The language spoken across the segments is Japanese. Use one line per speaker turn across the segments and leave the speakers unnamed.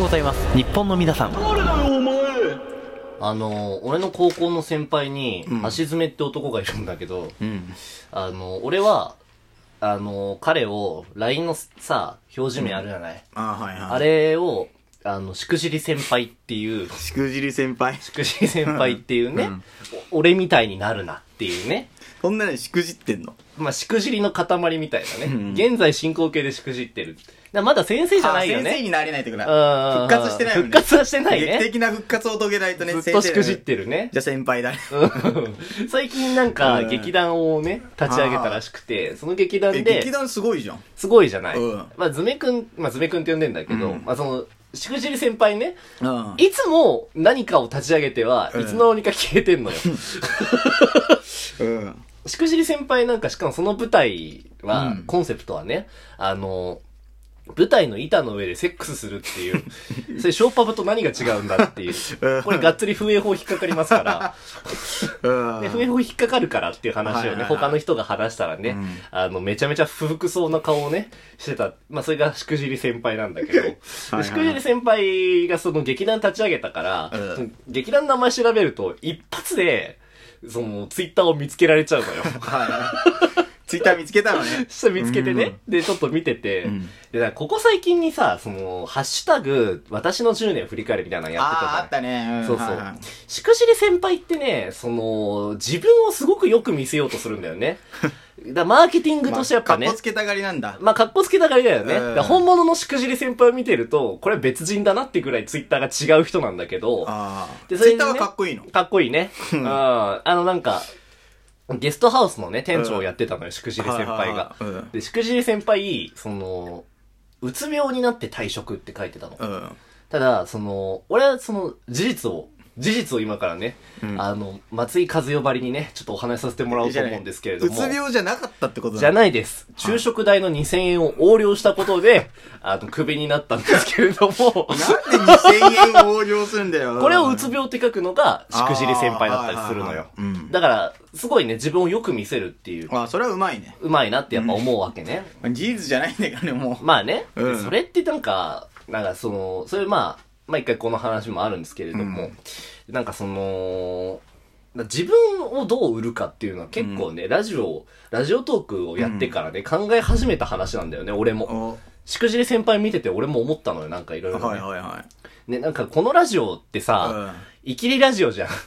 ございます日本の皆さん
あの、俺の高校の先輩に、足詰めって男がいるんだけど、
うん
あの、俺は、あの、彼を、LINE のさ、表示名あるじゃない、
あはいはい
あれを、あの、しくじり先輩って いう、
しくじり先輩
しくじり先輩っていうね、お俺みたいになるなっていうね、
そんなにしくじってんの
まあ、しくじりの塊みたいなね、現在進行形でしくじってる。だからまだ先生じゃないよ
あ先生
ね。
になれないというか
うん
復活してないもんね
復活はしてないね
劇的な復活を遂げないとね
ずっとしくじっ
先生
てるね。
じゃあ先輩だね
うん 最近なんか
うん
劇団をね、立ち上げたらしくて、その劇団
え劇
で、
団すごいじゃん
すごいじゃない
うん。
まあ、ズメくん、まあ、ズメくんって呼んでんだけど、
うん
まあ、その、しくじり先輩ね、
うん
いつも何かを立ち上げては、
うん
いつの間にか消えてんのよ。
うん
しくじり先輩なんか、しかもその舞台は、
うん
コンセプトはね、あの、舞台の板の上でセックスするって いう。それ、ショーパブと何が違うんだっていう
うん。
これ、がっつり風営法引っかかりますから。
うん
で、FF 引っかかるからっていう話
は
を
いはい
ね、
はい
他の人が話したらね、
うん
あの、めちゃめちゃ不服そうな顔をね、してた。まあ、それがしくじり先輩なんだけど、で
はい
しくじり先輩がその劇団立ち上げたから、
うん
その劇団の名前調べると、一発で、その、ツイッターを見つけられちゃうの よ。
はいツイッター見つけたの ね
そしたら見つけてね、で、ちょっと見てて、
ん
で、なんかここ最近にさ、その、ハッシュタグ、私の10年振り返るみたいなのやってたじゃ
あ
ない
あーあったねん
そうそう
はいはい。
しくじり先輩ってね、その、自分をすごくよく見せようとするんだよ ね。だからマーケティングとしてやっぱ
まあ
ね
かっこ。つけたがりなんだ
まあ、格好つけたがりだよね。
う
だか
ん
ら本物のしくじり先輩を見てると、これは別人だなってぐらいツイッターが違う人なんだけど、
ああ
で
ツイッ
で
ター
ね
はかっこいいの
かっこいいね。うん。あの、なんか、ゲストハウスのね、店長をやってたのよ、しくじり先輩が
はいはいはいうん。
で、しくじり先輩、その、うつ病になって退職って書いてたの。
うん
ただ、その、俺はその、事実を、事実を今からね、あの、松井和代ばりにね、ちょっとお話しさせてもらおうと思うんですけれども。
うつ病じゃなかったってこと
じゃ
な
ないです。昼食代の2000円を横領したことで、あの、クビになったんですけれ ども、
なんで2000円横領するんだよ
これをうつ病って書くのが、しくじり先輩だったりするの
あーはいはいは
よ
い。うん
だから、すごいね、自分をよく見せるっていう、
あそれはうまいね
うまいなってやっぱ思うわけね。
事実じゃないんだけどねもう
まあね、
うん
それってなんか、なんかその、それまあ、まあ一回この話もあるんですけれども、なんかその、自分をどう売るかっていうのは結構ね、ラジオ、ラジオトークをやってからね、考え始めた話なんだよね、俺も。
お
しくじり先輩見てて俺も思ったのよ、なんかいろいろね。
はいはいは
ね、なんかこのラジオってさ、イキリラジオじゃん。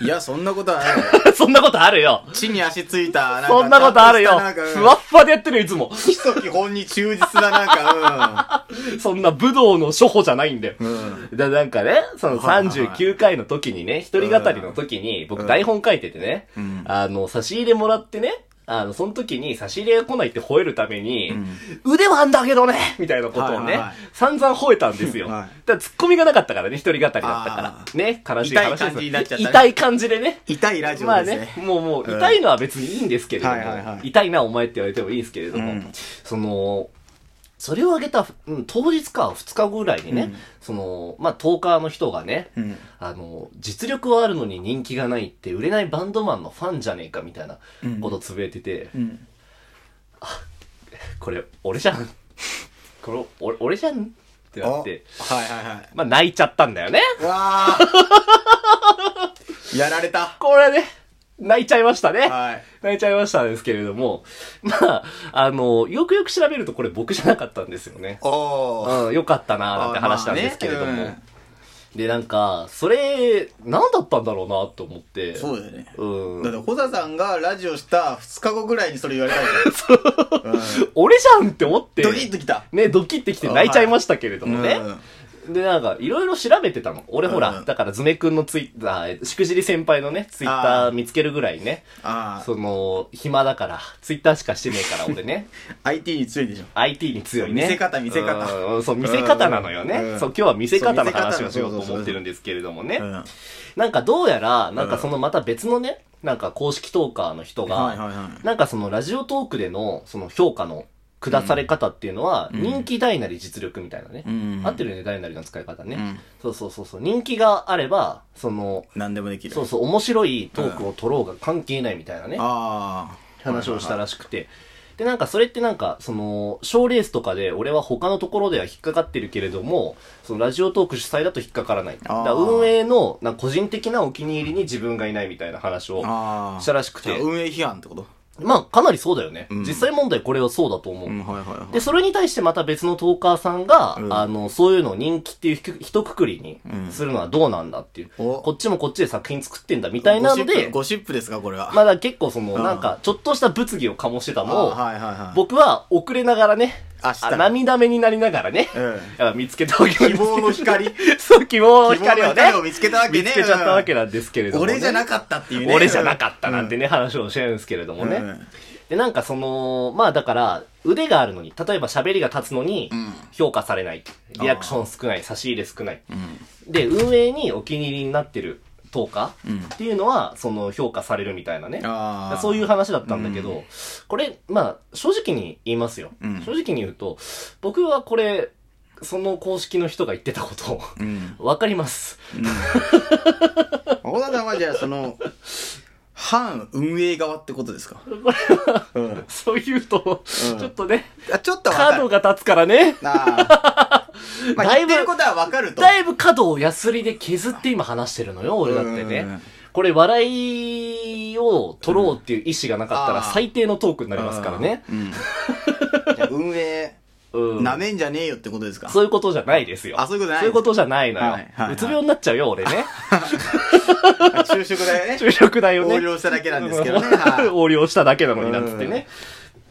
いいやそんなことはない
そんなことあるよ
地に足ついたなんか
そんなことあるよ
ちゃんとした
ふ
な
わ
んか
っふわでやってるよいつも。
基礎基本に忠実ななんか
そんな武道の処方じゃないんだよ。
うんうん
だなんかね、その
はいはいはい
39回の時にね、一人語りの時に、僕台本書いててね、
ん
あの、差し入れもらってね、あの、その時に差し入れが来ないって吠えるために、腕はあんだけどねみたいなことを
はいは
ね、
いはい
散々吠えたんですよ。
はい
だからツッコミがなかったからね、一人語りだったか
あ
ら。ね、悲しい話です
痛い感じになっちゃったね
痛い感じでね。
痛いラジ
ま
オ
あ
で
ね
すね、
もうもう、
うん
痛いのは別にいいんですけれども、
はいはいはい
痛いなお前って言われてもいいんですけれども、
うん
その、それを挙げた、うん当日か2日後ぐらいにね、その、まあ、トーカーの人がね、
うん
あの、実力はあるのに人気がないって、売れないバンドマンのファンじゃねえかみたいなことつぶやいてて、
うん
これ、俺じゃん。 これ、俺、俺じゃんって
お
な
は
っ
い
て、
はいは
まあ、泣いちゃったんだよね。
いわあ やられた
これね、泣いちゃいましたね。
はい
泣いちゃいましたですけれども、まあ、あの、よくよく調べるとこれ僕じゃなかったんですよね。
おおー
うん、よかったなーなんて話したんですけれども。
まあね
で、なんか、それ、何だったんだろうなと思って。
そうだよね
うん
だって保田さんがラジオした2日後ぐらいにそれ言われたんだよ、うん
俺じゃんって思って。
ドキッときた
ね、ドキってきて泣いちゃいましたけれどもね。
うん
で、なんか、いろいろ調べてたの。俺ほら、
うん
だから、ズメくんのツイッター、しくじり先輩のね、ツイッター見つけるぐらいね。
あ
その、暇だから、ツイッターしかしてねえから、俺ね。
あ IT に強いでしょ
IT に強いね。
見せ方見せ方
うんそう、見せ方なのよね。
うん
そう、今日は見せ方
そ
の
う見せ方
話をしようと
そうそうそう
思ってるんですけれどもね。
うん
なんかどうやら、なんかそのまた別のね、なんか公式トーカーの人
はいはいは
が、なんかそのラジオトークでの、その評価の下され方っていうのは、人気大なり実力みたいなね
うん。
合ってるよね、大なりの使い方
う
ね
ん。
そうそうそうそう。人気があれば、その、
何でもできる
そうそう、面白いトークを取ろうが関係ないみたいなね。
ああ
話をしたらしくて。で、なんかそれってなんか、その、賞ーレースとかで、俺は他のところでは引っかかってるけれども、そのラジオトーク主催だと引っかからない。だ
あー
から運営の、なんか個人的なお気に入りに自分がいないみたいな話を
あ
したらしく
じゃあ
て。
運営批判ってこと
まあ、かなりそうだよね。
うん
実際問題これはそうだと思う。
うん、はいはいはい。
で、それに対してまた別のトーカーさんが、
うん
あの、そういうのを人気っていうひく一括りに
うん
するのはどうなんだっていう。
お
こっちもこっちで作品作ってんだみたいなの
ゴシップ
で、
ゴシップですか、これは。
まだ結構その、
うん
なんか、ちょっとした物議を醸してた
あ
のを、
はいはいはい。
僕は遅れながらね、
あ知った
あ涙目になりながらね、
うん
あ見つけたわけなん
希
です
望の光希
けど、そう、希望の
望
光を
の
ね、
光を見つけたわけね。
見つけちゃったわけ
だ。
なんですけれども、ね。
俺じゃなかったっていうね。
俺じゃなかったなんてね、話をしてるんですけれどもね。
うん
で、なんかその、まあだから、腕があるのに、例えば喋りが立つのに
ん、
評価されない。リアクション少ない、差し入れ少ない。
うん。うん
で、運営にお気に入りになってる10日
うん
っていうのは、その評価されるみたいなね。
ああ。。
そういうう話だったんだけど、これ、まあ、正直に言いますよ。
うん
正直に言うと、僕はこれ、その公式の人が言ってたことを、
うん。
わかります。
小田さんはじゃあ、その、反運営側ってことですかこれは、うん、
そう言うと、
うん
ちょっとね、
あちょっとわか
角
る。
が立つからね。
あ ーまあ、
だい
言
ぶ
ってることはわかると。
だいぶ角をヤスリで削って今話してるのよ、俺だって
うんうんう
ね
ん。
これ笑いを取ろうっていう意思がなかった
う
ら
んあー
最低のトークになりますからね。
うん。じゃあ運営、
うん。
なめんじゃねえよってことですか
そういうことじゃないですよ。
あそういうことじゃない
そういうことじゃないのよ。
はいはいはいう
つ病になっちゃうよ、俺ね。
就職だよね。
昼 食代をね。
横領しただけなんですけどね。
うん
は
横領しただけなのになっつってね。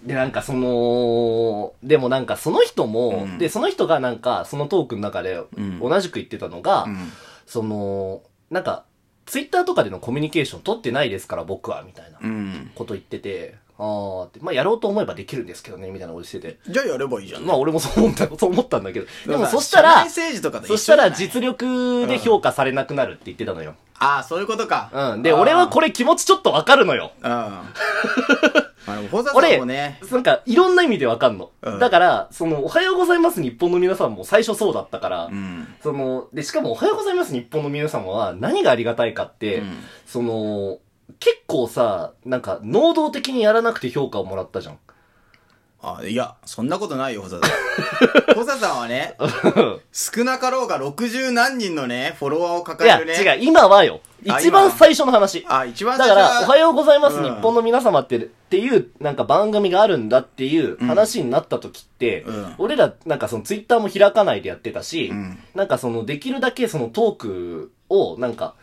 で、なんかその、でもなんかその人も、
うん
で、その人がなんかそのトークの中で
ん
同じく言ってたのが、
いうん
その、なんか、ツイッターとかでのコミュニケーション取ってないですから、僕は、みたいな
うん。
こと言ってて、あーって、まあ、やろうと思えばできるんですけどね、みたいなことしてて。
じゃあやればいいじゃん。
まあ、俺もそう思った、そう思ったんだけど。でも、
さ
そした
社
ら
内、政治とかと一緒
そしたら
じゃない
実力で評価されなくなるって言ってたのよ。
ああ、そういうことか。
うん。で、俺はこれ気持ちちょっとわかるのよ。
れ。うん。あの、保田さん
俺、
もね、
なんか、いろんな意味でわかんの。
うん
だから、その、おはようございます日本の皆さんも最初そうだったから、
うん。
その、で、しかも、おはようございます日本の皆様は、何がありがたいかって、
うん
その、結構さ、なんか、能動的にやらなくて評価をもらったじゃん。
あ、いや、そんなことないよ、保田 さん。保田さんはね、少なかろうが60何人のね、フォロワーを
い
抱え
や、
るね。う。
違う、今はよ。
あ
一番最初の話。
あ、一
だ
番最
か
初
ら、おは
よ
ようございます、
うん
日本の皆様って、っていう、なんか番組があるんだっていう話になった時って、
うん
俺ら、なんかそのツイッターも開かないでやってたし、
うん
なんかその、できるだけそのトークを、なんか、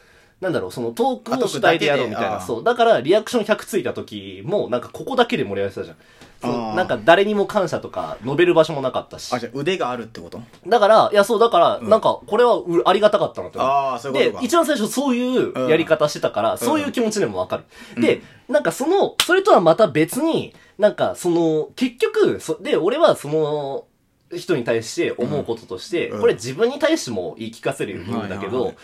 なんだろう、そのトー
あ
ク
ト
を
ーク
主体でやろうみ
だ
た
け
い
で
な。
あー
そう。だから、リアクション100ついた時も、なんかここだけで盛り上がってたじゃん。そ
あ
う
ー
なんか誰にも感謝とか、述べる場所もなかったし
あ、。じゃあ腕があるってこと
だから、いや、そう、だから、なんか、これはうありがたかったなと思って。
ああ、そういう
で
こと、か。
一番最初そういうやり方してたから、そういう気持ちでもわかる。で、なんかその、それとはまた別に、なんかその、結局、そで、俺はその、人に対して思うこととして、
うん
これ自分に対しても言い聞かせるように言うんだけ
はい
ど、
はい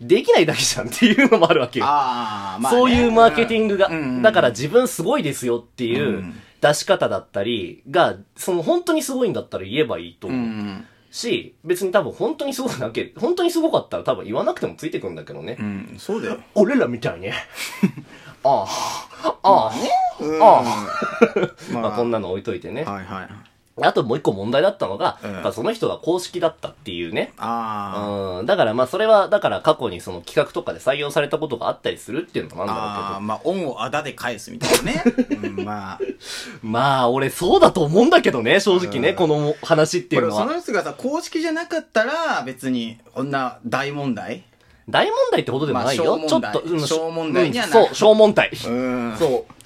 できないだけじゃんっていうのもあるわけよ。
ああ、まあね、
そういうマーケティングが、
うんうんうん
だから自分すごいですよっていううん出し方だったりが、その本当にすごいんだったら言えばいいと
う
思う。
ん。
し、別に多分本当にすごくなけ、本当にすごかったら多分言わなくてもついてくるんだけどね。
うん、そうだよ。
俺らみたいね。 ああ、ああ、ね。
うん
あまあ
ま
こんなの置いといてね。
はいはい。
あともう一個問題だったのが、
うん
やっぱその人が公式だったっていうね。
あ
うん、だからまあそれは、だから過去にその企画とかで採用されたことがあったりするっていうのも
あ、
あ
ああ、
るんだろう
まあ、恩をあだで返すみたいなね。うん、まあ。
けど。まあ俺そうだと思うんだけどね、正直ね、
うん
この話っていう
これ
の
そ
は。
の人がさ、公式じゃなかったら、別に、こんな大問題
大問題ってほどでもないよ。
まあ
ちょ
小問
っと、
題
うん
小問題には
うん
なる
そう、小問題。
うん。
そう。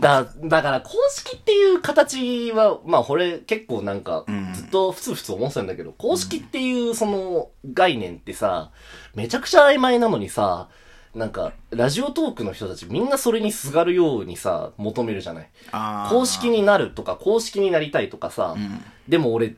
だ、だから、公式っていう形は、まあ、これ結構なんか
うん、
ずっとふつふつ思ってたんだけど、公式っていうその概念ってさ、めちゃくちゃ曖昧なのにさ、なんか、ラジオトークの人たちみんなそれにすがるようにさ、求めるじゃない。
あー
公式になるとか、公式になりたいとかさ
う、ん。
でも俺、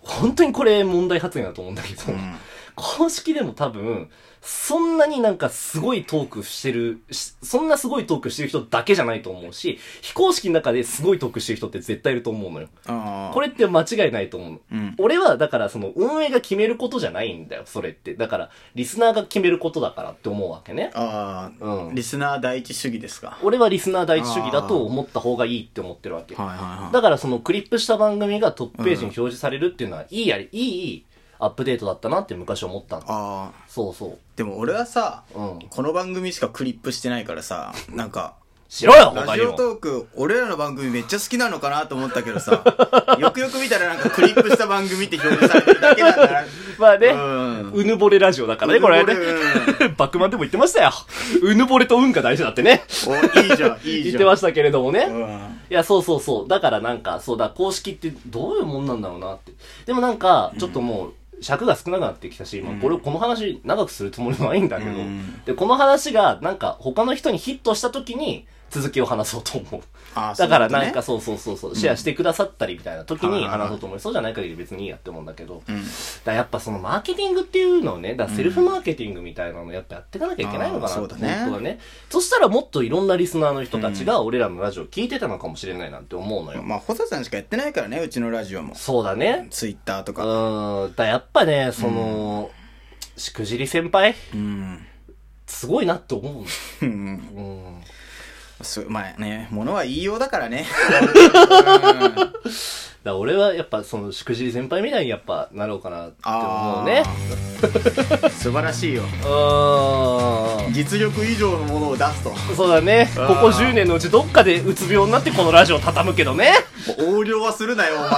本当にこれ問題発言だと思うんだけど、
うん
公式でも多分、そんなになんかすごいトークしてるし、そんなすごいトークしてる人だけじゃないと思うし、非公式の中ですごいトークしてる人って絶対いると思うのよ。
ああ。
こ
れ、
れって間違いないと思うの。
うん。
俺は、だからその運営が決めることじゃないんだよ、それって。だから、リスナーが決めることだからって思うわけね。
ああ、
うん
リスナー第一主義ですか。
俺はリスナー第一主義だと思った方がいいって思ってるわけ。
はいはいは
だからそのクリップした番組がトップページに表示されるっていうのは、いいやり、いいアップデートだったなって昔思ったの。
ああ。
そうそ
でも俺はさ、
う。うん。
この番組しかクリップしてないからさ、なんか、
しろよ、
ラ
他
ジ
に
オ
も。
トーク、俺らの番組めっちゃ好きなのかなと思ったけどさ、 よくよく見たらなんかクリップした番組って表示されてるだけなんだな。
まあね、
うん
うぬぼれラジオだからね、これはね
うぬぼれ。
バックマンでも言ってましたよ。うぬぼれと運が大事だってね。
お、いいじゃん、いいじゃん。
言ってましたけれどもね。
うん。
いや、そうそうそう。だからなんか、そうだ、公式ってどういうもんなんだろうなって。でもなんか、ちょっともう、尺が少なくなってきたし、まあ、これ、この話長くするつもりもないんだけど、
うん
で、この話が、なんか、他の人にヒットした時に、続きを話そうと思う。
ああ、
だから
そうい
な
うんこ
か、そうそうそうそう、シェアしてくださったりみたいな時
はい
に
はいは
話
い
そうと思う。そうじゃない限り別にいいやって思うんだけど、
とね、
だからやっぱそのマーケティングっていうのをね、だからセルフマーケティングみたいなのをやっぱやっていかなきゃいけないのかな
あーそうだね
本当はね。そしたらもっといろんなリスナーの人たちが俺らのラジオ聞いてたのかもしれないなんて思うの
う
よ。
ん。まあ、ホサさんしかやってないからね、うちのラジオも。
そうだね。
ツイッターと
う
か。
ーん。だからやっぱね、その、しくじり先輩、
うん。
すごいなって思うの。
うん
うん。
すまあね、物は言いようだか らね。
だから俺はやっぱそのしくじり先輩みたいにやっぱなろうかなって思うね。
あー。素晴らしいよ。
うーん。
実力以上のものを出 すと。
そうだね。こ
あー
こ10年のうちどっかでうつ病になってこのラジオ畳むけどね。
横領はするなよ、お前。